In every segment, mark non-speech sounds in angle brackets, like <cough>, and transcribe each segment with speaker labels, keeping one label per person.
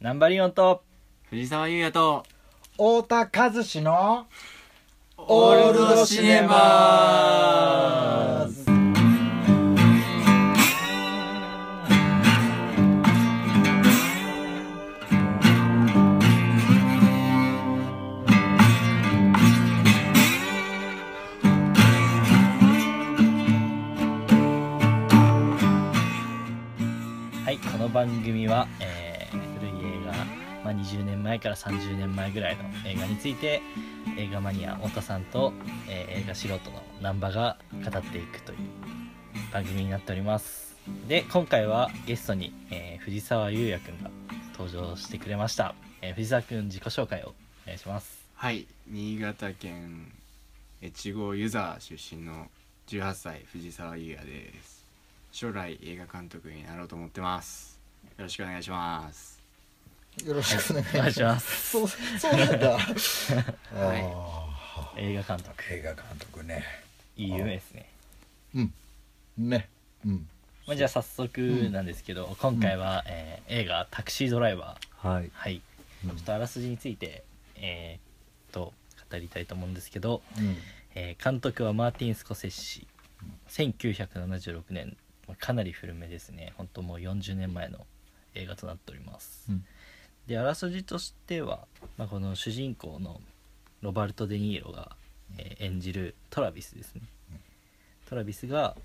Speaker 1: ナンバリオンと
Speaker 2: 藤沢優也と
Speaker 3: 太田和志の
Speaker 2: オールドシネマーズ
Speaker 1: はいこの番組は、えー古い映画、まあ、20年前から30年前ぐらいの映画について映画マニア太田さんと、えー映画素人の難波が語っていくという番組になっておりますで今回はゲストに、えー藤沢優也くんが登場してくれました、えー藤沢くん自己紹介をお願いします
Speaker 2: はい新潟県越後湯沢出身の18歳藤沢優也です将来映画監督になろうと思ってますよろしくお願いします
Speaker 3: よろしくお願い
Speaker 1: お
Speaker 3: し
Speaker 1: 願
Speaker 3: ま
Speaker 1: い
Speaker 3: す
Speaker 1: します
Speaker 3: そうそうなんだあー
Speaker 2: はい
Speaker 1: 映画監督
Speaker 3: 映画監督ね
Speaker 1: いい夢ですね
Speaker 3: ねうん
Speaker 1: まあ、じゃあ早速なんですけど、今回は、えー映画「タクシードライバー」
Speaker 4: はい。
Speaker 1: はい、
Speaker 3: うん
Speaker 1: ちょっとあらすじについて、えーっと語りたいと思うんですけど、
Speaker 3: うん
Speaker 1: えー監督はマーティン・スコセッシ1976年、まあ、かなり古めですね本当もう40年前の映画となっております、
Speaker 3: うん
Speaker 1: であらすじとしては、まあ、この主人公のロバルト・デ・ニーロが、えー演じるトラビスですねトラビスが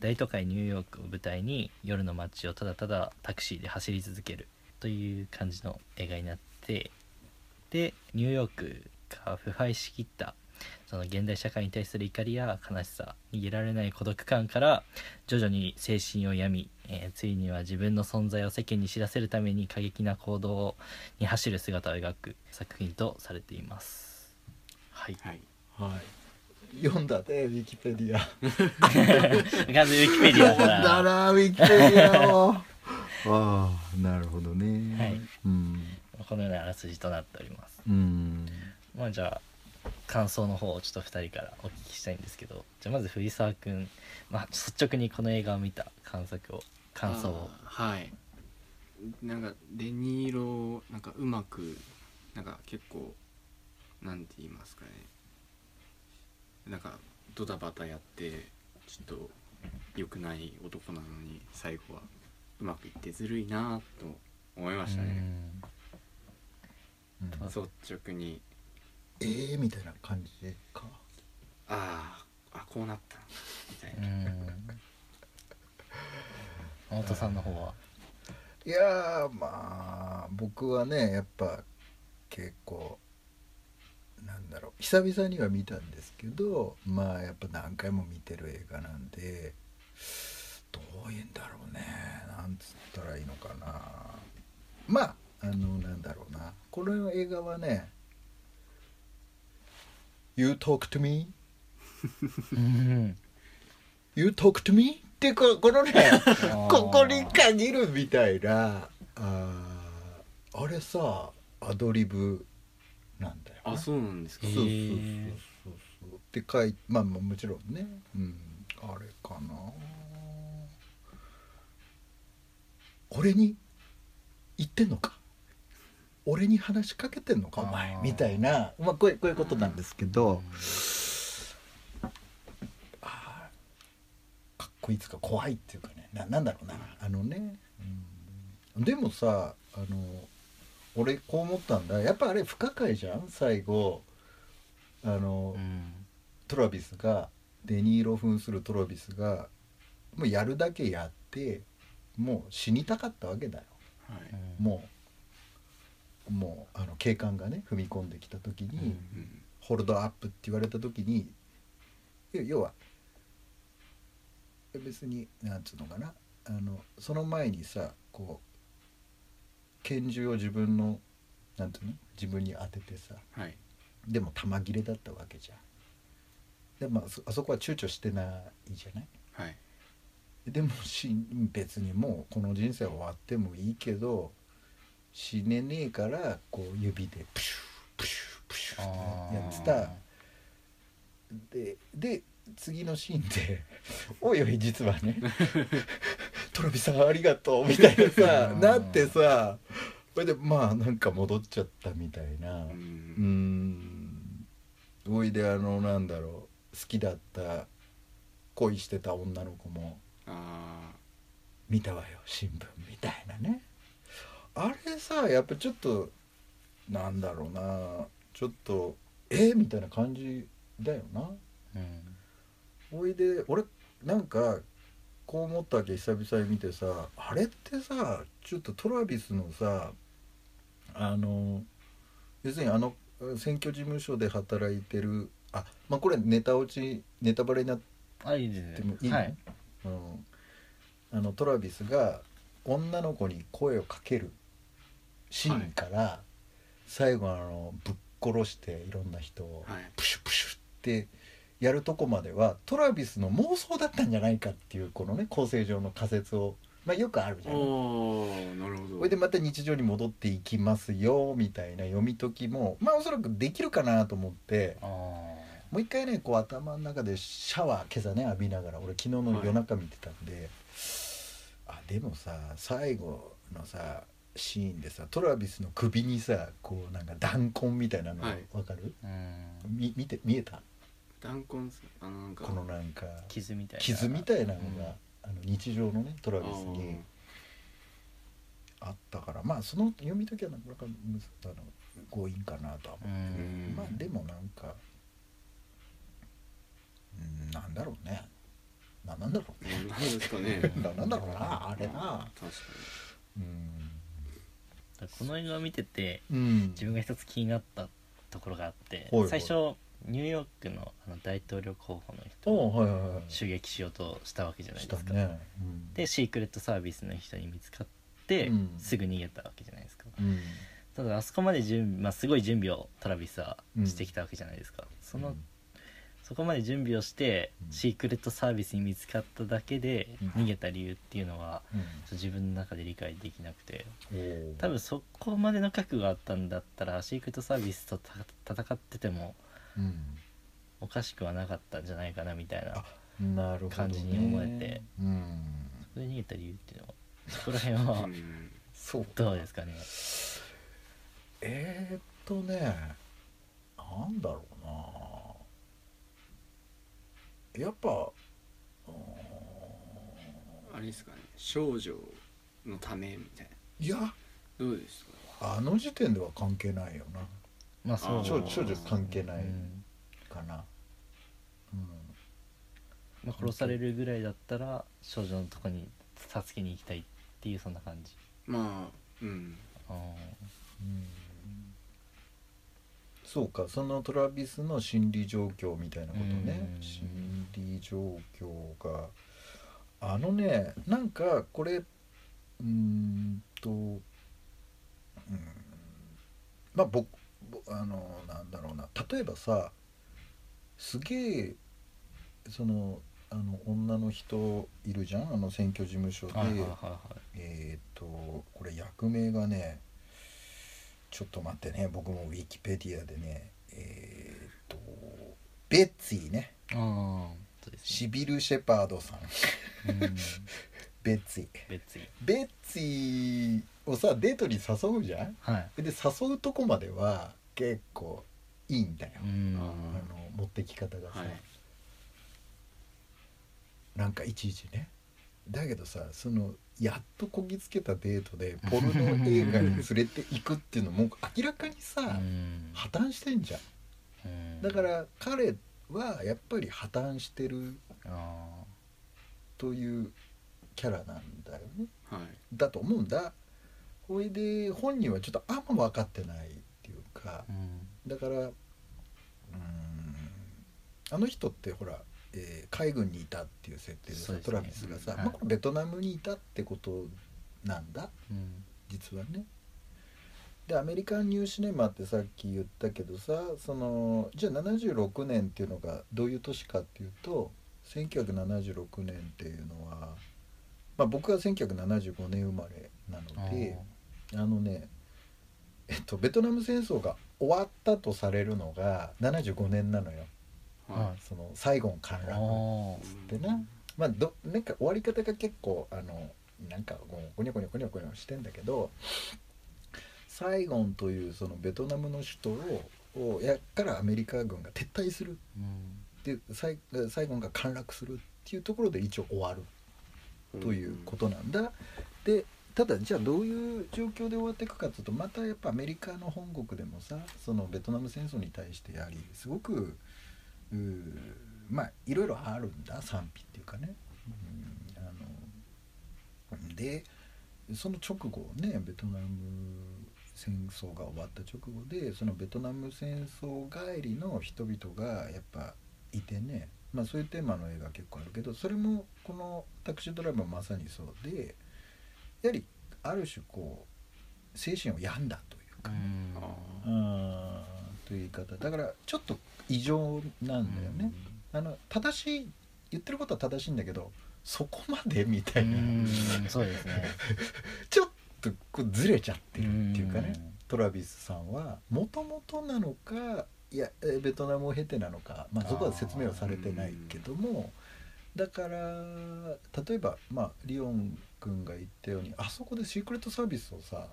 Speaker 1: 大都会ニューヨークを舞台に夜の街をただただタクシーで走り続けるという感じの映画になってでニューヨークが腐敗しきったその現代社会に対する怒りや悲しさ逃げられない孤独感から徐々に精神を病み、えーついには自分の存在を世間に知らせるために過激な行動に走る姿を描く作品とされていますはい
Speaker 2: はい
Speaker 4: は
Speaker 3: 読んだでウィキペディア
Speaker 1: まずウィキペディア
Speaker 3: 読ん
Speaker 1: から
Speaker 3: だなウィキペディアを
Speaker 4: い。ああ、なるほどね。
Speaker 1: はい
Speaker 4: うん。
Speaker 1: このようなあらすじとなっております
Speaker 4: うん。
Speaker 1: まあじゃあ感想の方をちょっと2人からお聞きしたいんですけどじゃあまず藤沢くん、まあ、率直にこの映画を見た感想を感想を
Speaker 2: あーはいなんかデニーロをなんかうまくなんか結構なんて言いますかねなんかドタバタやってちょっと良くない男なのに最後はうまくいってずるいなぁと思いましたね
Speaker 3: うん
Speaker 1: うん
Speaker 2: 率直に
Speaker 3: えーみたいな感じか
Speaker 2: あーあこうなったなみたいうな、
Speaker 1: ん太田さんの方はい
Speaker 3: やーまあ僕はねやっぱ結構なんだろう久々には見たんですけどまあやっぱ何回も見てる映画なんでどう言うんだろうねなんつったらいいのかなまああのなんだろうなこの映画はね「You talk to me」
Speaker 1: うん
Speaker 3: You talk to me? ってここ <laughs> のねここに限るみたいなあーあれさアドリブなんだよ、ね、
Speaker 2: あそうなんですか
Speaker 3: そうそうそうそうそうって書いまあまあもちろんねうんあれかな俺に言ってんのか俺に話しかけてんのかお前
Speaker 1: あー
Speaker 3: みたいなまあこういうこういうことなんですけどあーかっこいいっつうか怖いっていうかねななんだろうなあのね、うん、でもさあの俺こう思ったんだやっぱあれ不可解じゃん最後あの、
Speaker 1: うん
Speaker 3: トラビスがデニーロ扮するトラビスがもうやるだけやってもう死にたかったわけだよ
Speaker 2: は
Speaker 1: うん
Speaker 2: い
Speaker 3: もうもうあの警官がね踏み込んできた時に、
Speaker 1: うん
Speaker 2: うん
Speaker 3: ホールドアップって言われた時に要要は別になんつうのかなあのその前にさこう拳銃を自分のなんていうの自分に当ててさ
Speaker 2: はい
Speaker 3: でも弾切れだったわけじゃん。でまあそあそこは躊躇してないじゃない
Speaker 2: はい
Speaker 3: でもし別にもうこの人生は終わってもいいけど死ねねえからこう指でプシュープシュープシューってやってたでで次のシーンで <laughs> 「おいおい実はねトロビさんありがとう」みたいなさ
Speaker 1: うん
Speaker 3: なってさそれでまあなんか戻っちゃったみたいな
Speaker 2: う
Speaker 3: うんんおいであのなんだろう好きだった恋してた女の子も
Speaker 2: あ
Speaker 3: 見たわよ新聞みたいなねあれさやっぱちょっとなんだろうなちょっとえみたいな感じだよな
Speaker 1: うん
Speaker 3: おいで俺なんかこう思ったわけ久々に見てさあれってさちょっとトラビスのさあの要するにあの選挙事務所で働いてるあまあこれネタ落ちネタバレになっ
Speaker 1: あいいです
Speaker 3: でも
Speaker 1: ね
Speaker 3: いいの
Speaker 1: はい
Speaker 3: うん、あのトラビスが女の子に声をかけるシーンから、最後あのぶっ殺していろんな人を
Speaker 2: あはい
Speaker 3: プシュプシュってやるとこまではトラビスの妄想だったんじゃないかっていうこのね構成上の仮説を、まあ、よくあるじゃん。
Speaker 2: おーなるほど
Speaker 3: これでまた日常に戻っていきますよみたいな読み解きもまあおそらくできるかなと思って
Speaker 1: あ
Speaker 3: もう一回ねこう頭の中でシャワー今朝ね浴びながら俺昨日の夜中見てたんで、あでもさ最後のさシーンでさトラビスの首にさこうなんか弾痕みたいなのわ
Speaker 2: はい、
Speaker 3: かる
Speaker 1: ーうん
Speaker 3: み見て見えた
Speaker 2: 弾痕さあのなんか
Speaker 3: このなんか
Speaker 1: 傷みたいな
Speaker 3: 傷みたいなの
Speaker 1: うん
Speaker 3: が、あの日常のねトラビスにあったからまあその読み解きはなかなかむずあの強引かなとは思う
Speaker 1: う
Speaker 2: うんん
Speaker 3: まあでもなんか、うん、なんだろうね。ななんだろうね。
Speaker 2: 何ですかね
Speaker 3: ななんだろうなあれな。
Speaker 2: 確か
Speaker 3: うん。
Speaker 1: だからこの映画を見てて
Speaker 3: うん
Speaker 1: 自分が一つ気になったところがあって、
Speaker 3: ほいほい
Speaker 1: 最初ニューヨークのあの大統領候補の人
Speaker 3: お
Speaker 1: を
Speaker 3: はいはいはい。
Speaker 1: 襲撃しようとしたわけじゃない
Speaker 3: した
Speaker 1: ですか、
Speaker 3: ね。うん、
Speaker 1: でシークレットサービスの人に見つかって、
Speaker 3: うん
Speaker 1: すぐ逃げたわけじゃないですか
Speaker 3: うん。
Speaker 1: ただあそこまで準備、まあ、すごい準備をトラビスはしてきたわけじゃないですか、そのそこまで準備をして、
Speaker 3: うん
Speaker 1: シークレットサービスに見つかっただけで
Speaker 3: うん
Speaker 1: 逃げた理由っていうのは
Speaker 3: うん、
Speaker 1: ちょっと自分の中で理解できなくて
Speaker 3: うん、
Speaker 1: 多分そこまでの覚悟があったんだったらシークレットサービスとた戦ってても
Speaker 3: う
Speaker 1: おかしくはなかったんじゃないかなみたいな
Speaker 3: あん、なるほど、ね、
Speaker 1: 感じに思えて。
Speaker 3: うん。
Speaker 1: それで逃げた理由っていうのはそこら辺
Speaker 2: に
Speaker 1: は
Speaker 2: うん
Speaker 3: そう
Speaker 1: どうですかね
Speaker 3: えー、っとねなんだろうなやっぱうーん
Speaker 2: あれですかね少女のためみたいない
Speaker 3: や
Speaker 2: どうですか
Speaker 3: あの時点では関係ないよ
Speaker 1: まあそ
Speaker 3: な
Speaker 1: う
Speaker 3: 少
Speaker 2: あ
Speaker 3: 女少女関係
Speaker 1: う
Speaker 3: ない
Speaker 1: ん
Speaker 3: かな、うん
Speaker 1: まあ、殺されるぐらいだったら少女のとこに助けに行きたいっていうそんな感じ
Speaker 2: まあうん
Speaker 1: あ
Speaker 3: うんそうかそのトラビスの心理状況みたいなことね
Speaker 1: うん
Speaker 3: 心理状況があのねなんかこれうーんとうんまあ僕ぼあのなんだろうな例えばさすげえそのあの女の人いるじゃんあの選挙事務所で。
Speaker 1: ーはいはいはいはい
Speaker 3: えー、とこれ役名がねちょっと待ってね僕もウィキペディアでねえー、とベッツィね
Speaker 1: ああそうですね
Speaker 3: シビル・シェパードさん
Speaker 1: うん
Speaker 3: <laughs> ベッツィ
Speaker 1: 別に
Speaker 3: ベッツィをさデートに誘うじゃん
Speaker 1: はい
Speaker 3: で誘うとこまでは結構いいんだよ、
Speaker 1: うん
Speaker 3: あの持ってき方がさ、
Speaker 2: はい
Speaker 3: なんかいちいちねだけどさそのやっとこぎつけたデートでポルノ映画に連れて行くっていうのも明らかにさ、
Speaker 1: うん
Speaker 3: 破綻してんじゃん
Speaker 1: うん
Speaker 3: だから彼はやっぱり破綻してる
Speaker 1: あ
Speaker 3: というキャラなんだよね
Speaker 2: はい
Speaker 3: だと思うんだほいで本人はちょっとあんま分かってないっていうか
Speaker 1: ーうん
Speaker 3: だからうーんあの人ってほら、えー海軍にいたっていう設定でさ
Speaker 1: そうですね
Speaker 3: トラビスがさ、
Speaker 1: うんはい
Speaker 3: まあ、これベトナムにいたってことなんだ
Speaker 1: うん
Speaker 3: 実はね。でアメリカンニューシネマってさっき言ったけどさそのじゃあ76年っていうのがどういう年かっていうと1976年っていうのは、まあ、僕は1975年生まれなのであのね、えっと、ベトナム戦争が終わったとされるのが75年なのよ
Speaker 1: は
Speaker 2: は
Speaker 3: その最後
Speaker 1: あ
Speaker 3: の陥
Speaker 1: ーあ
Speaker 3: 落。
Speaker 2: い
Speaker 3: つってなまあ、どなんか終わり方が結構あのなんかこうゴニョゴニョゴニョゴニョしてんだけどサイゴンというそのベトナムの首都ををやからアメリカ軍が撤退するでサイサイゴンが陥落するっていうところで一応終わるということなんだ。でただじゃあどういう状況で終わっていくかというとまたやっぱアメリカの本国でもさそのベトナム戦争に対してやはりすごくうーまあいろいろあるんだ賛否っていうかね。うんあのでその直後ねベトナム戦争が終わった直後でそのベトナム戦争帰りの人々がやっぱいてね、まあ、そういうテーマの映画結構あるけどそれもこの「タクシードライバー」まさにそうでやはりある種こう精神を病んだというかね、
Speaker 2: あ
Speaker 3: うーんという言い方だからちょっと異常なんだよね。あの正しい言ってることは正しいんだけどそこまでみたいな
Speaker 1: うんそうですね
Speaker 3: ちょっとこうずれちゃってるっていうかね
Speaker 1: うん
Speaker 3: トラビスさんはもともとなのかいやえーベトナムを経てなのか、まあ、そこは説明はされてないけどもだから例えば、まあ、リオン君が言ったようにあそこでシークレットサービスをさ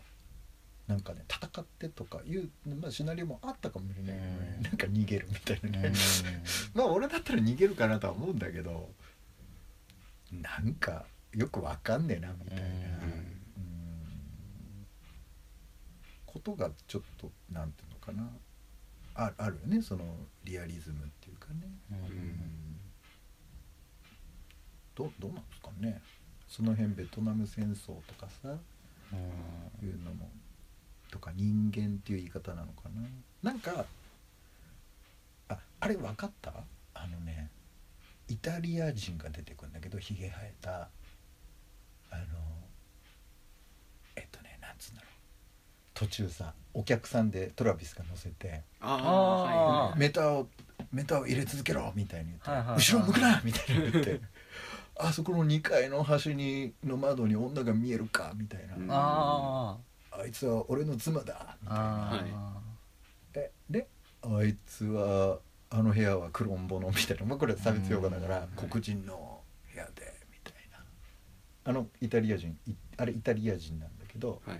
Speaker 3: なんかね戦ってとかいう、まあ、シナリオもあったかもしれないけどね
Speaker 1: うん
Speaker 3: なんか逃げるみたいなね。
Speaker 1: うん
Speaker 3: <laughs> まあ俺だったら逃げるかなとは思うんだけどなんかよくわかんねえなみたいな
Speaker 1: うん
Speaker 3: うんことがちょっとなんていうのかなああるよねそのリアリズムっていうかね、
Speaker 1: うん
Speaker 3: どどうなんですかねその辺ベトナム戦争とかさ
Speaker 1: うん
Speaker 3: いうのもとか人間っていう言い方なのかななんかああれ分かったあのねイタリア人が出てくるんだけどひげ生えたあのえっとねなんつうんだろう途中さお客さんでトラビスが乗せて
Speaker 2: あー
Speaker 1: あー
Speaker 2: はい
Speaker 3: メタをメタを入れ続けろみたいに言って、
Speaker 1: はいはいはい
Speaker 3: 後ろ向くなみたいに言ってあそこの2階の端にの窓に女が見えるかみたいな、
Speaker 2: うん
Speaker 1: あ
Speaker 3: あいつは俺の妻だ
Speaker 1: ーあー
Speaker 3: えであいつはあの部屋はクロンボのみたいな、まあ、これは差別用語だか
Speaker 2: う
Speaker 3: ら
Speaker 2: ん
Speaker 3: 黒人の部屋でみたいなあのイタリア人いあれイタリア人なんだけど
Speaker 2: はい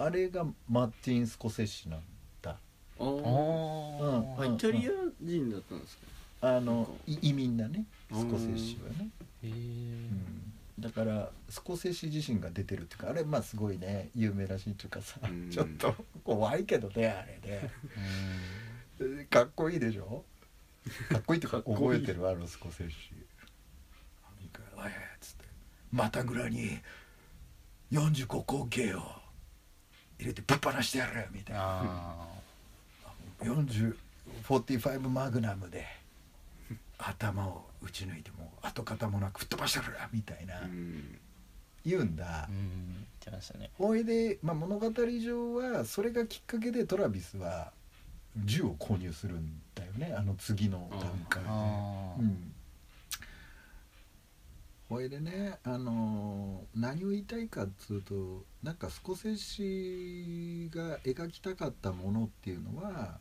Speaker 3: あれがマッティン・スコセッシなんだ
Speaker 2: あー
Speaker 1: お
Speaker 3: う
Speaker 2: あ
Speaker 3: ん
Speaker 2: イタリア人だったんですか
Speaker 3: あのい移民だねスコセッシはね、
Speaker 1: へえ
Speaker 3: うん、だからスコセッシ自身が出てるっていうかあれまあすごいね有名らしいっていうかさ
Speaker 2: うん
Speaker 3: ちょっと怖いけどねあれね。かっこいいでしょかっこいい
Speaker 2: <laughs>
Speaker 3: とか
Speaker 2: っこ
Speaker 3: 覚
Speaker 2: い
Speaker 3: え
Speaker 2: い
Speaker 3: てるわロスコ選手何か「ええ」っつって「またぐらに45口径を入れてぶっ放してやる」みたいな
Speaker 1: あ
Speaker 3: 「4045マグナムで頭を打ち抜いてもう跡形もなく吹っ飛ばしてやる」みたいな
Speaker 2: うん
Speaker 3: 言うんだ。
Speaker 1: ーうん言ってましたね
Speaker 3: おいで、まあ、物語上はそれがきっかけでトラビスは銃を購入するんだよねあの次の段階で。
Speaker 1: あー
Speaker 3: うんほいでね、あのー何を言いたいかっつうとなんかスコセッシが描きたかったものっていうのは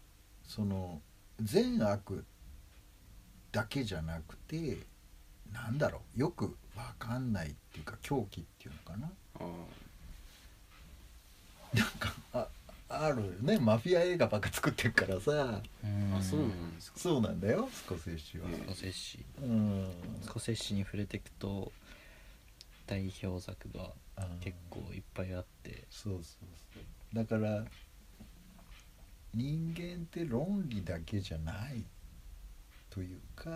Speaker 3: その善悪だけじゃなくてなんだろうよくわかんないっていうか狂気っていうのかな
Speaker 2: あー
Speaker 3: なんかああるよねマフィア映画ばっか作ってるからさ
Speaker 1: うん
Speaker 2: あそうなんですか
Speaker 3: そうなんだよスコセッシは。
Speaker 1: スコセッシ
Speaker 3: うん
Speaker 1: スコセッシに触れていくと代表作が結構いっぱいあって
Speaker 3: そうそうそうだから人間って論理だけじゃないというか、
Speaker 2: う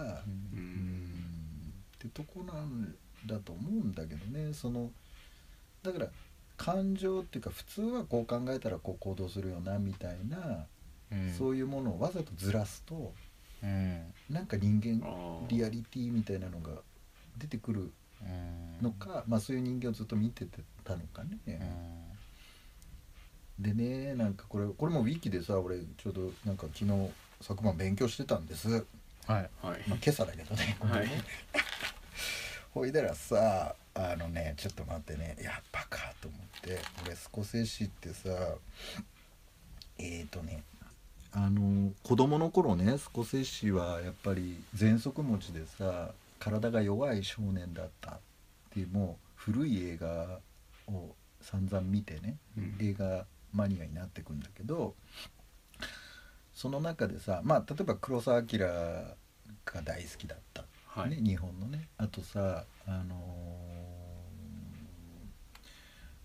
Speaker 3: うんってとこなんだと思うんだけどねそのだから感情っていうか普通はこう考えたらこう行動するよなみたいな、そう
Speaker 1: い
Speaker 3: いうものをわざとずらすと
Speaker 1: うんうん
Speaker 3: なんか人
Speaker 2: あー
Speaker 3: 間リアリティみたいなのが出てくる
Speaker 1: うん
Speaker 3: のか、まあそういう人間をずっと見ててたのかね。
Speaker 1: うん
Speaker 3: でねなんかこれこれもウィキでさ俺ちょうどなんか昨日昨晩勉強してたんです、まあ、
Speaker 1: はい
Speaker 2: はい
Speaker 3: 今朝だけどね、
Speaker 2: <laughs> はい
Speaker 3: ほいだらさあのねちょっと待ってねやっぱかと思って俺スコセッシってさえー、とねあの子供の頃ねスコセッシはやっぱり喘息持ちでさ体が弱い少年だったっていうもう古い映画を散々見てね、
Speaker 2: うん
Speaker 3: 映画マニアになってくんだけどその中でさまあ例えば黒澤明が大好きだった、
Speaker 2: はい、
Speaker 3: ね、日本のねあとさあの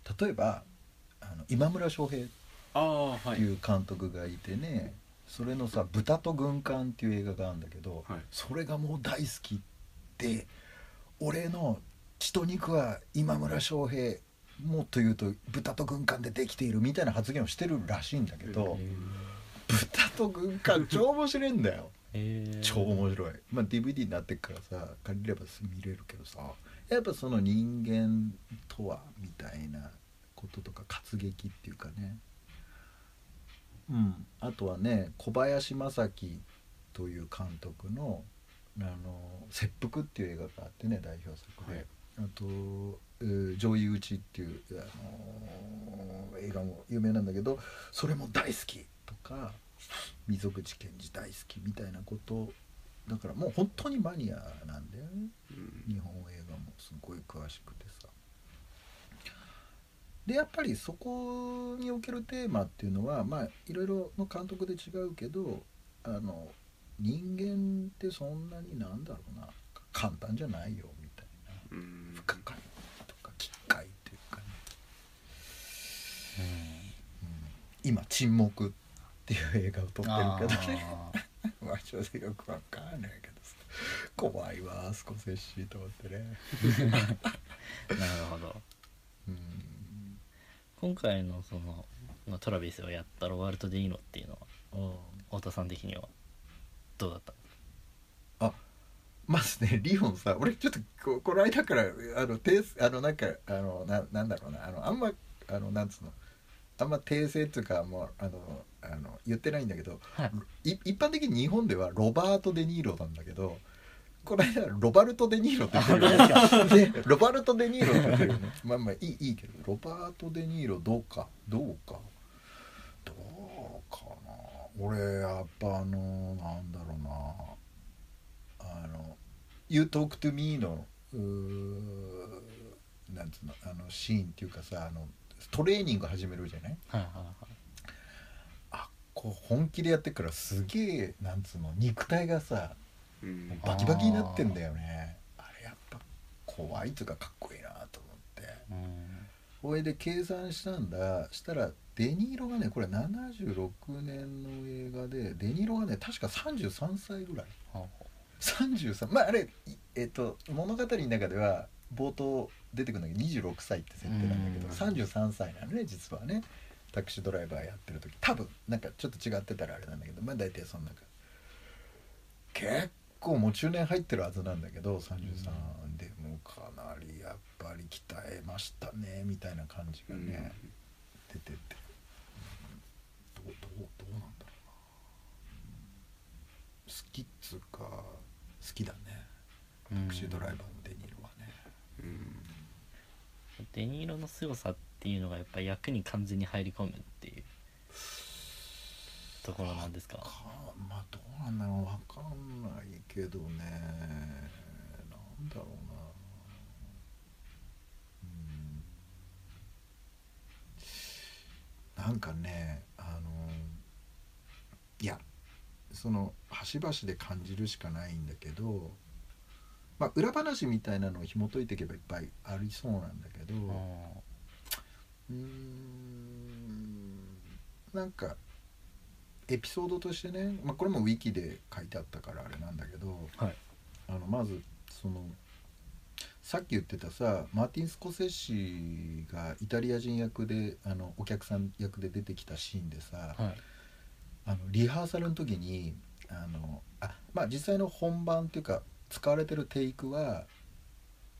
Speaker 3: ー例えばあの今村翔平
Speaker 2: ああはい
Speaker 3: っていう監督がいてね、それのさ「豚と軍艦」っていう映画があるんだけど、
Speaker 2: はい
Speaker 3: それがもう大好きで俺の血と肉は今村翔平もっと言うと豚と軍艦でできているみたいな発言をしてるらしいんだけど、豚と軍艦超面白いんだよ
Speaker 1: えー、
Speaker 3: 超面白いまあ DVD になってっからさ借りれば見れるけどさやっぱその人間とはみたいなこととか活劇っていうかねうんあとはね小林正樹という監督の「あの切腹」っていう映画があってね代表作で、
Speaker 2: はい
Speaker 3: あとえー「上位打ち」っていう、あのー映画も有名なんだけどそれも大好きとか溝口健二大好きみたいなことだからもう本当にマニアなんだよね
Speaker 2: うん
Speaker 3: 日本映画もすごい詳しくてさでやっぱりそこにおけるテーマっていうのはまあいろいろの監督で違うけどあの人間ってそんなになんだろうな簡単じゃないよみたいな
Speaker 2: うん
Speaker 3: 不可解とか奇解というかね、うん今「沈黙」っていう映画を撮ってるけどね
Speaker 4: あ
Speaker 3: <laughs> まあ正直よくわかんないけどさ怖いわあそこセッシーと思ってね
Speaker 1: なるほど
Speaker 3: うん
Speaker 1: 今回のその、まあ、トラビスをやったロバルト・デ・ニーロっていうのは太田さん的にはどうだった
Speaker 3: まずねリオンさ俺ちょっとここの間からあの訂正あのなんかあのななんだろうなあのあんまあのなんつうのあんま訂正っていうかもうあのあの言ってないんだけど、、
Speaker 1: はい
Speaker 3: 一般的に日本ではロバート・デ・ニーロなんだけどこの間ロバルト・デ・ニーロって言ってるでロバルト・デ・ニーロって言ってるよねまあまあいいいいけどロバート・デ・ニーロどうかどうかどうかな俺やっぱあのなんだろうなあの「You Talk to Me の」うーなんつうのあのシーンっていうかさあのトレーニング始めるじゃない
Speaker 1: はいはいはい
Speaker 3: あこう本気でやってっからすげえなんつうの肉体がさ
Speaker 2: うん
Speaker 3: バキバキになってんだよねあれやっぱ怖いというかかっこいいなと思って
Speaker 1: うん
Speaker 3: それで計算したんだしたらデニーロがねこれ76年の映画でデニーロがね確か33歳ぐらい
Speaker 1: ほ
Speaker 3: 33まああれいえっと物語の中では冒頭出てくるんだけど26歳って設定なんだけど
Speaker 1: うん
Speaker 3: 33歳なのね実はねタクシードライバーやってる時多分なんかちょっと違ってたらあれなんだけどまあ大体そんな感じ結構もう中年入ってるはずなんだけど33でもうかなりやっぱり鍛えましたねみたいな感じが
Speaker 2: うん
Speaker 3: ね出ててうんどうどうどうなんだろうな好きっつうか好きだね
Speaker 1: う
Speaker 3: タ
Speaker 1: うん
Speaker 3: クシードライバーのデニーロはね
Speaker 2: うん
Speaker 1: デ・ニーロの凄さっていうのがやっぱ役に完全に入り込むっていうところなんですか
Speaker 3: かまあどうなんだろうわかんないけどねなんだろうなうんなんかねあのいやその端々で感じるしかないんだけど、まあ、裏話みたいなのを紐解いていけばいっぱいありそうなんだけど、
Speaker 1: うん
Speaker 3: うーんなんかエピソードとしてね、まあ、これもウィキで書いてあったからあれなんだけど
Speaker 1: はい
Speaker 3: あのまずそのさっき言ってたさマーティン・スコセッシがイタリア人役であのお客さん役で出てきたシーンでさ、
Speaker 1: はい
Speaker 3: あのリハーサルの時にあのあまあ実際の本番っていうか使われてるテイクは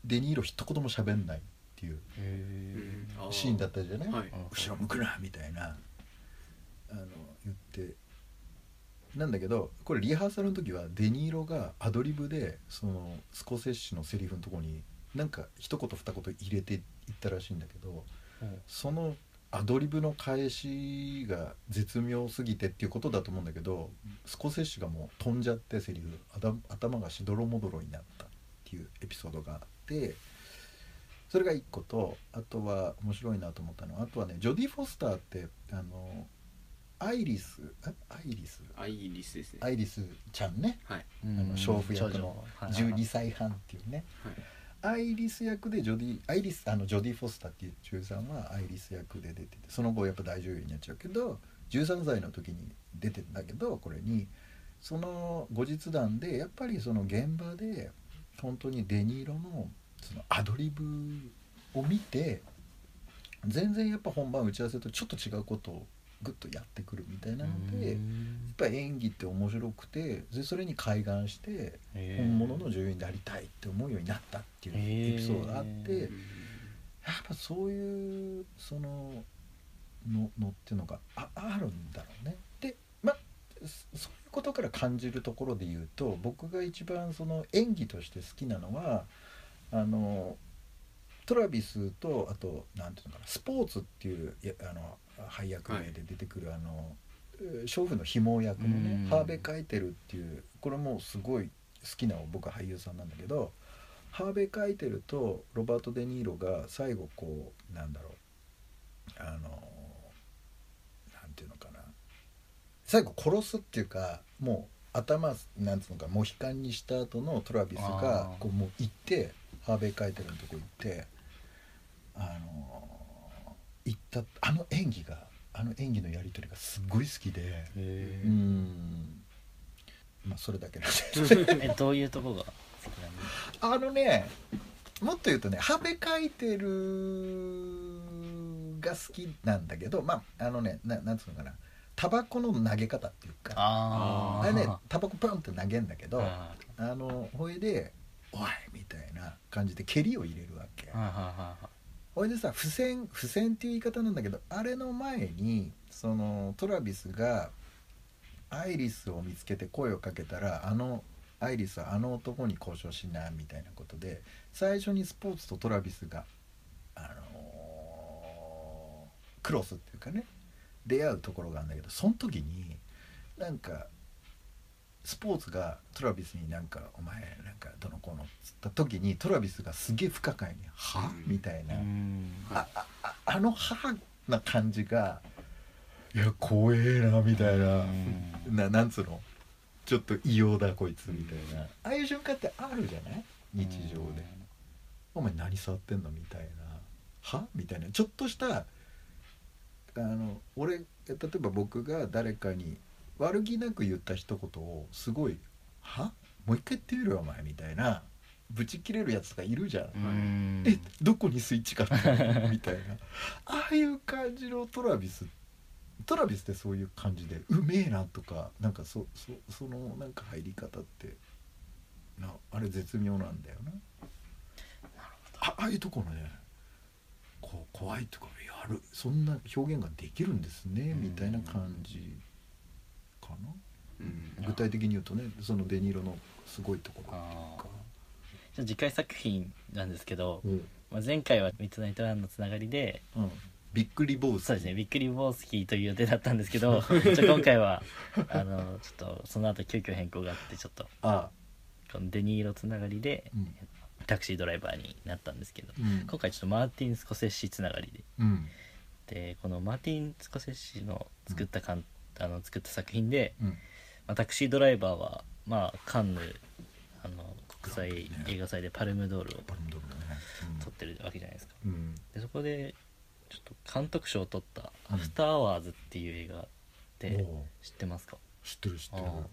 Speaker 3: デ・ニーロ一言も喋んないっていう
Speaker 2: うんあ
Speaker 3: シーンだったじゃない、
Speaker 2: はい
Speaker 3: 後ろ向くなみたいなあの言ってなんだけどこれリハーサルの時はデニーロがアドリブでそのスコセッシのセリフのとこになんか一言二言入れていったらしいんだけど
Speaker 1: うん
Speaker 3: そのアドリブの返しが絶妙すぎてっていうことだと思うんだけどスコセッシがもう飛んじゃってセリフ頭頭がしどろもどろになったっていうエピソードがあってそれが1個とあとは面白いなと思ったのはあとはねジョディ・フォスターってあのアイリスえアイリス
Speaker 2: アイリスですね
Speaker 3: ア
Speaker 2: はい
Speaker 3: イリスちゃんね
Speaker 2: はい
Speaker 1: うん
Speaker 3: あの娼婦役
Speaker 1: 少
Speaker 3: の
Speaker 1: 女
Speaker 3: 12歳半っていうねアイリス役でジョディアイリスあのジョディ・フォスターっていう女優さんはアイリス役で出ててその後やっぱ大女優になっちゃうけど13歳の時に出てんだけどこれにその後日談でやっぱりその現場で本当にデニーロのそのアドリブを見て全然やっぱ本番打ち合わせとちょっと違うことをグッとやってくるみたいなのでやっぱり演技って面白くてでそれに開眼して本物の女優になりたいって思うようになったっていうエピソードがあって、
Speaker 1: へ
Speaker 3: や
Speaker 1: え
Speaker 3: っぱそういうそのののっていうのがああるんだろうね。でまあそそういうことから感じるところで言うと僕が一番その演技として好きなのはあのトラビスとあとなんていうのかなスポーツっていうやあの配役名で出てくる、あのえー娼婦の紐役のね、
Speaker 1: うん
Speaker 3: ハーベ・カイテルっていうこれもすごい好きな僕は俳優さんなんだけどハーベ・カイテルとロバート・デ・ニーロが最後こうなんだろうあのなんていうのかな最後殺すっていうかもう頭なんつうのかモヒカンにした後のトラビスが
Speaker 1: あー
Speaker 3: こうもう行ってハーベイ・カイテルのとこ行ってあのー行ったあの演技があの演技のやり取りがすごい好きで
Speaker 1: へ
Speaker 3: う
Speaker 1: え
Speaker 3: んまあそれだけなんです
Speaker 1: えどういうとこが好きなんですか
Speaker 3: あのねもっと言うとねハベ書いてるが好きなんだけどまああのねななんつうのかなタバコの投げ方っていうか
Speaker 1: あ
Speaker 3: あ
Speaker 1: ー
Speaker 3: れねタバコパンって投げんだけどあ
Speaker 1: あ
Speaker 3: のほいで「おい!」みたいな感じで蹴りを入れるわけ
Speaker 1: ーはいはいはいはい
Speaker 3: ほいでさ付箋付箋っていう言い方なんだけどあれの前にそのトラビスがアイリスを見つけて声をかけたらあのアイリスはあの男に交渉しなみたいなことで最初にスポーツとトラビスが、あのークロスっていうかね出会うところがあるんだけどその時になんかスポーツがトラビスになんか「お前なんかどの子の」っつった時にトラビスがすげえ不可解に「は?」みたいな。
Speaker 1: うん
Speaker 3: ああの母な感じがいや怖えなみたいな
Speaker 1: うん
Speaker 3: ななんつうのちょっと異様だこいつみたいなああいう瞬間ってあるじゃない日常で「お前何触ってんの?」みたいな「は?」みたいなちょっとしたあの俺例えば僕が誰かに悪気なく言った一言をすごい「はもう一回言ってみろよお前」みたいなブチ切れるやつがいるじゃん
Speaker 1: う。ん
Speaker 3: えどこにスイッチがあったのみたいな <laughs> ああいう感じのトラビストラビスってそういう感じでうめえなとかなんかそそそのなんか入り方ってなあれ絶妙なんだよなあああいうところねこう怖いとかやるそんな表現ができるんですね
Speaker 1: うん
Speaker 3: みたいな感じかな
Speaker 2: うん
Speaker 3: 具体的に言うとねそのデニーロのすごいところって
Speaker 1: じゃあ次回作品なんですけど、
Speaker 3: いうか
Speaker 1: まあ、前回は「ミッドナイトラン」のつながりで
Speaker 3: うん、うん、びっくり坊主
Speaker 1: そうですねびっくりボースキーという予定だったんですけ
Speaker 3: <laughs>
Speaker 1: どちょ今回はあのちょっとその後急遽変更があってちょっと
Speaker 3: ああ
Speaker 1: このデニーロつながりで
Speaker 3: うん
Speaker 1: タクシードライバーになったんですけど
Speaker 3: うん
Speaker 1: 今回ちょっとマーティン・スコセッシつながりで
Speaker 3: うん
Speaker 1: でこのマーティン・スコセッシの作ったかん、あの作った作品で、
Speaker 3: うん
Speaker 1: まあ、タクシードライバーは、まあ、カンヌあの国際
Speaker 3: ね
Speaker 1: 映画祭でパルムドールを
Speaker 3: バルムドールね
Speaker 1: 撮ってるわけじゃないですか
Speaker 3: うんうん
Speaker 1: でそこでちょっと監督賞を取った「アフターアワーズ」っていう映画って
Speaker 3: おう
Speaker 1: 知ってますか、
Speaker 3: 知ってる知ってる
Speaker 1: あ
Speaker 3: うん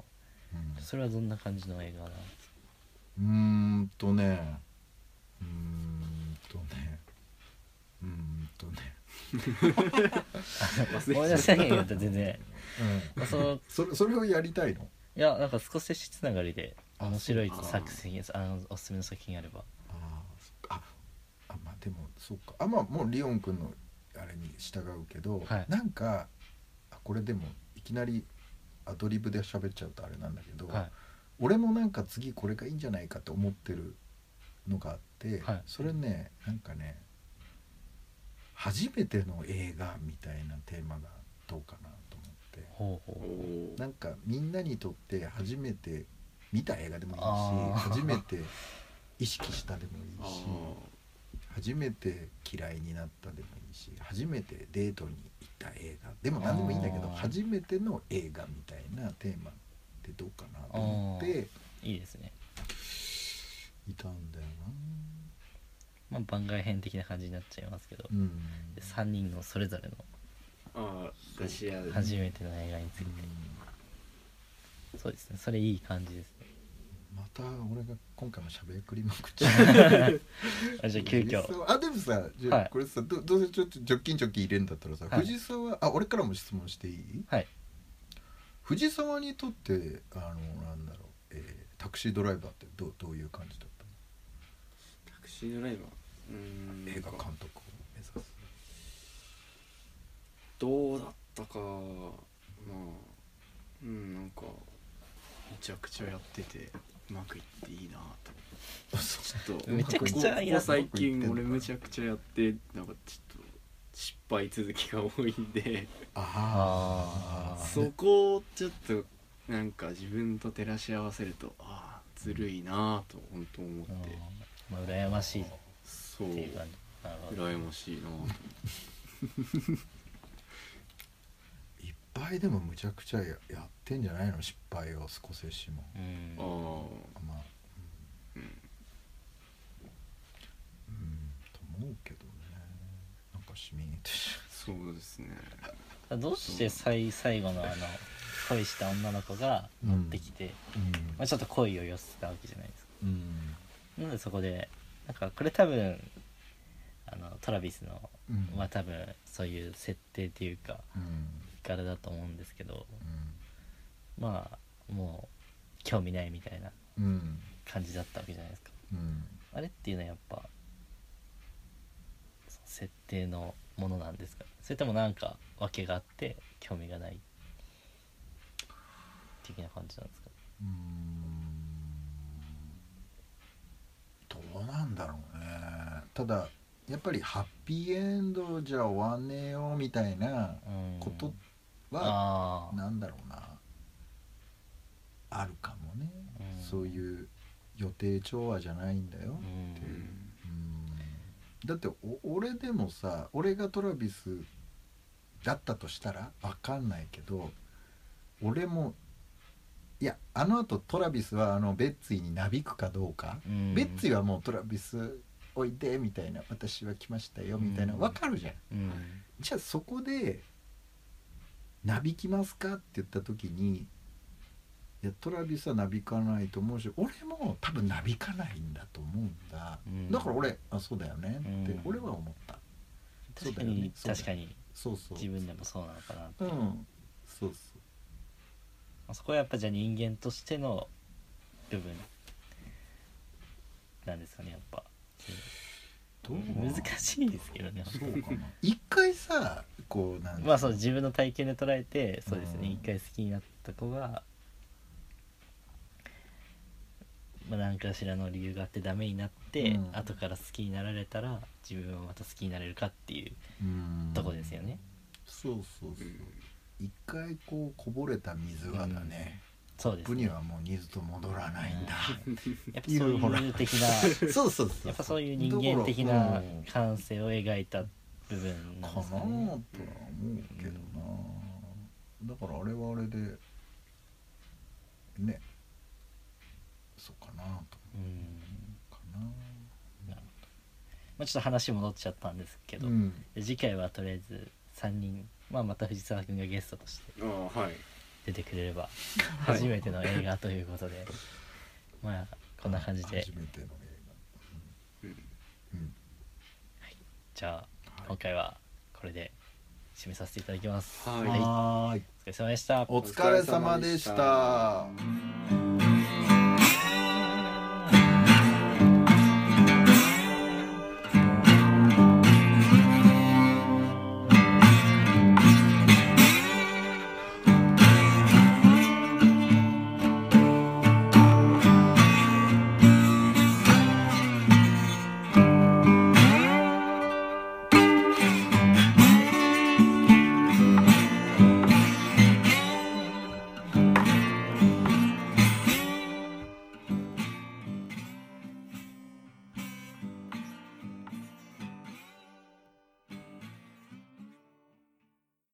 Speaker 1: あそれはどんな感じの映画なんですか
Speaker 3: うーんとねうーんとねうーんとね
Speaker 1: 思い出せないんだったら全然、まあ、その
Speaker 3: それそれをやりたいの
Speaker 1: いやなんか少しつながりで
Speaker 3: あ
Speaker 1: 面白い
Speaker 2: そう
Speaker 1: 作品あのおすすめの作品あれば
Speaker 3: あーそっかああまあでもそうかあまあもうリオン君のあれに従うけど、
Speaker 1: はい
Speaker 3: なんかあこれでもいきなりアドリブで喋っちゃうとあれなんだけど、
Speaker 1: は
Speaker 3: 俺もなんか次これがいいんじゃないかと思ってるのがあって、
Speaker 1: はい
Speaker 3: それねなんかね初めての映画みたいなテーマがどうかなと思って
Speaker 1: いほう
Speaker 2: お
Speaker 1: ほ
Speaker 2: お
Speaker 3: なんかみんなにとって初めて見た映画でもいいし
Speaker 1: あー
Speaker 3: 初めて意識したでもいいし
Speaker 2: あ
Speaker 3: 初めて嫌いになったでもいいし初めてデートに行った映画でも何でもいいんだけど
Speaker 1: あー
Speaker 3: 初めての映画みたいなテーマってどうかなと思って
Speaker 1: いいですね、
Speaker 3: いたんだよ
Speaker 1: まあ、番外編的な感じになっちゃいますけど、
Speaker 3: な。うん
Speaker 1: で3人のそれぞれ
Speaker 2: ああ出し合う
Speaker 1: の初めての映画について、そうですねそれいい感じです
Speaker 2: <laughs>
Speaker 1: ね
Speaker 3: また俺が今回もしゃべくりまくっちゃう
Speaker 1: あじゃあ急遽
Speaker 3: 藤沢あでもさ、じゃあ
Speaker 1: はい
Speaker 3: これさどどうせちょっとジョッキンジョッキン入れるんだったらさ、
Speaker 1: はい
Speaker 3: 藤沢あ俺からも質問していい
Speaker 1: はい
Speaker 3: 藤沢にとってあのなんだろう、えータクシードライバーってどうどういう感じだったの
Speaker 2: タクシードライバーうーん
Speaker 3: 映画監督を目指す
Speaker 2: どうだったかまあうんなんかめちゃくちゃやっててうまくいっていいなとちょっと
Speaker 1: めちゃくちゃ
Speaker 2: ここ
Speaker 1: やっ
Speaker 2: 最
Speaker 3: うまくいってん
Speaker 2: 近
Speaker 3: のか
Speaker 2: 俺めちゃくちゃやってなんかちょっと失敗続きが多いんで
Speaker 3: <laughs> あー
Speaker 2: そこをちょっとなんか自分と照らし合わせるとああずるいなぁと本当思っ
Speaker 1: う
Speaker 2: て
Speaker 1: んまあ、羨ましいっ
Speaker 2: そう
Speaker 1: ていう感じなるほど
Speaker 2: 羨ましいなぁ
Speaker 3: いっぱいでもむちゃくちゃややってんじゃないの失敗をスコセッシも
Speaker 1: うん
Speaker 2: あ
Speaker 3: まあうん、うん、と思うけどねなんかしみってし
Speaker 2: あそうですね
Speaker 1: ただどうして最最後のあの恋した女の子が乗ってきて、
Speaker 3: まうん
Speaker 1: まあ、ちょっと恋を寄せたわけじゃないですか
Speaker 3: うん
Speaker 1: なのでそこでなんかこれ多分あのトラビスの
Speaker 3: うん
Speaker 1: まあ多分そういう設定っていうか
Speaker 3: うん
Speaker 1: 柄だと思うんですけど
Speaker 3: う
Speaker 1: まあもう興味ないみたいなん
Speaker 3: うん
Speaker 1: 感じだったわけじゃないですか
Speaker 3: うん
Speaker 1: あれっていうのはやっぱその設定のものなんですかそれともなんか訳があって興味がない的な感じなんですか
Speaker 3: うーんどうなんだろうねただやっぱりハッピーエンドじゃ終わんねえよみたいな
Speaker 1: うん
Speaker 3: ことは、
Speaker 1: ああ
Speaker 3: なんだろうなあるかもね、
Speaker 1: うん
Speaker 3: そういう予定調和じゃないんだよ
Speaker 1: う、ん
Speaker 2: うん
Speaker 3: うんだってお俺でもさ俺がトラビスだったとしたら分かんないけど俺もいやあのあとトラビスはあのベッツィになびくかどうか、
Speaker 1: うん
Speaker 3: ベッツィはもうトラビスおいでみたいな私は来ましたよみたいな
Speaker 1: うん
Speaker 3: 分かるじゃん、
Speaker 1: うん
Speaker 3: じゃあそこで「なびきますか?」って言った時に「いやトラビスはなびかないと思うし俺も多分なびかないんだと思うんだ、
Speaker 1: うん
Speaker 3: だから俺あそうだよね」って
Speaker 1: うん
Speaker 3: 俺は思った、
Speaker 1: 確
Speaker 3: そう
Speaker 1: か
Speaker 3: だよ
Speaker 1: に、
Speaker 3: ねそうだよね
Speaker 1: 確かに
Speaker 3: そうそう
Speaker 1: 自分でもそうなのかなって
Speaker 3: う
Speaker 1: いうん
Speaker 3: そうそう
Speaker 1: そこはやっぱじゃあ人間としての部分なんですかねやっぱ
Speaker 3: どう
Speaker 1: 難しいですけどね
Speaker 3: そうかな一回さこうなん
Speaker 1: まあそう自分の体験で捉えてそうですね
Speaker 3: うん
Speaker 1: 一回好きになった子がまあ何かしらの理由があってダメになって、
Speaker 3: うん
Speaker 1: 後から好きになられたら自分はまた好きになれるかっていう
Speaker 3: うん
Speaker 1: とこですよね、
Speaker 3: そうそうそううん一回こうこぼれた水はだね、
Speaker 1: そうです
Speaker 3: 部
Speaker 1: ね
Speaker 3: にはもう水と戻らないんだ、
Speaker 1: やっぱそう
Speaker 3: ほら
Speaker 1: いう的
Speaker 3: <laughs>
Speaker 1: な
Speaker 3: そうそうそう
Speaker 1: やっぱそういう人間的
Speaker 3: だから
Speaker 1: な
Speaker 3: うん
Speaker 1: 感性を描いた部分
Speaker 3: か
Speaker 1: なん
Speaker 3: な
Speaker 1: です
Speaker 3: と
Speaker 1: か
Speaker 3: は
Speaker 1: ね
Speaker 3: 思うけどな、だからあれはあれでねそうかなと
Speaker 1: うん
Speaker 3: かな
Speaker 1: まあ、ちょっと話戻っちゃったんですけど、
Speaker 3: うん
Speaker 1: で次回はとりあえず3人、まあ、また藤沢君がゲストとして
Speaker 2: ああはい
Speaker 1: 出てくれれば
Speaker 2: はい
Speaker 1: 初めての映画ということで、まあこんな感じで
Speaker 3: 初めての映
Speaker 2: うん
Speaker 3: 画うん
Speaker 1: じゃあ今回はこれで締めさせていただきます。
Speaker 2: はい
Speaker 1: お
Speaker 3: はーい
Speaker 1: 疲れ様でした。
Speaker 3: お疲れ様でした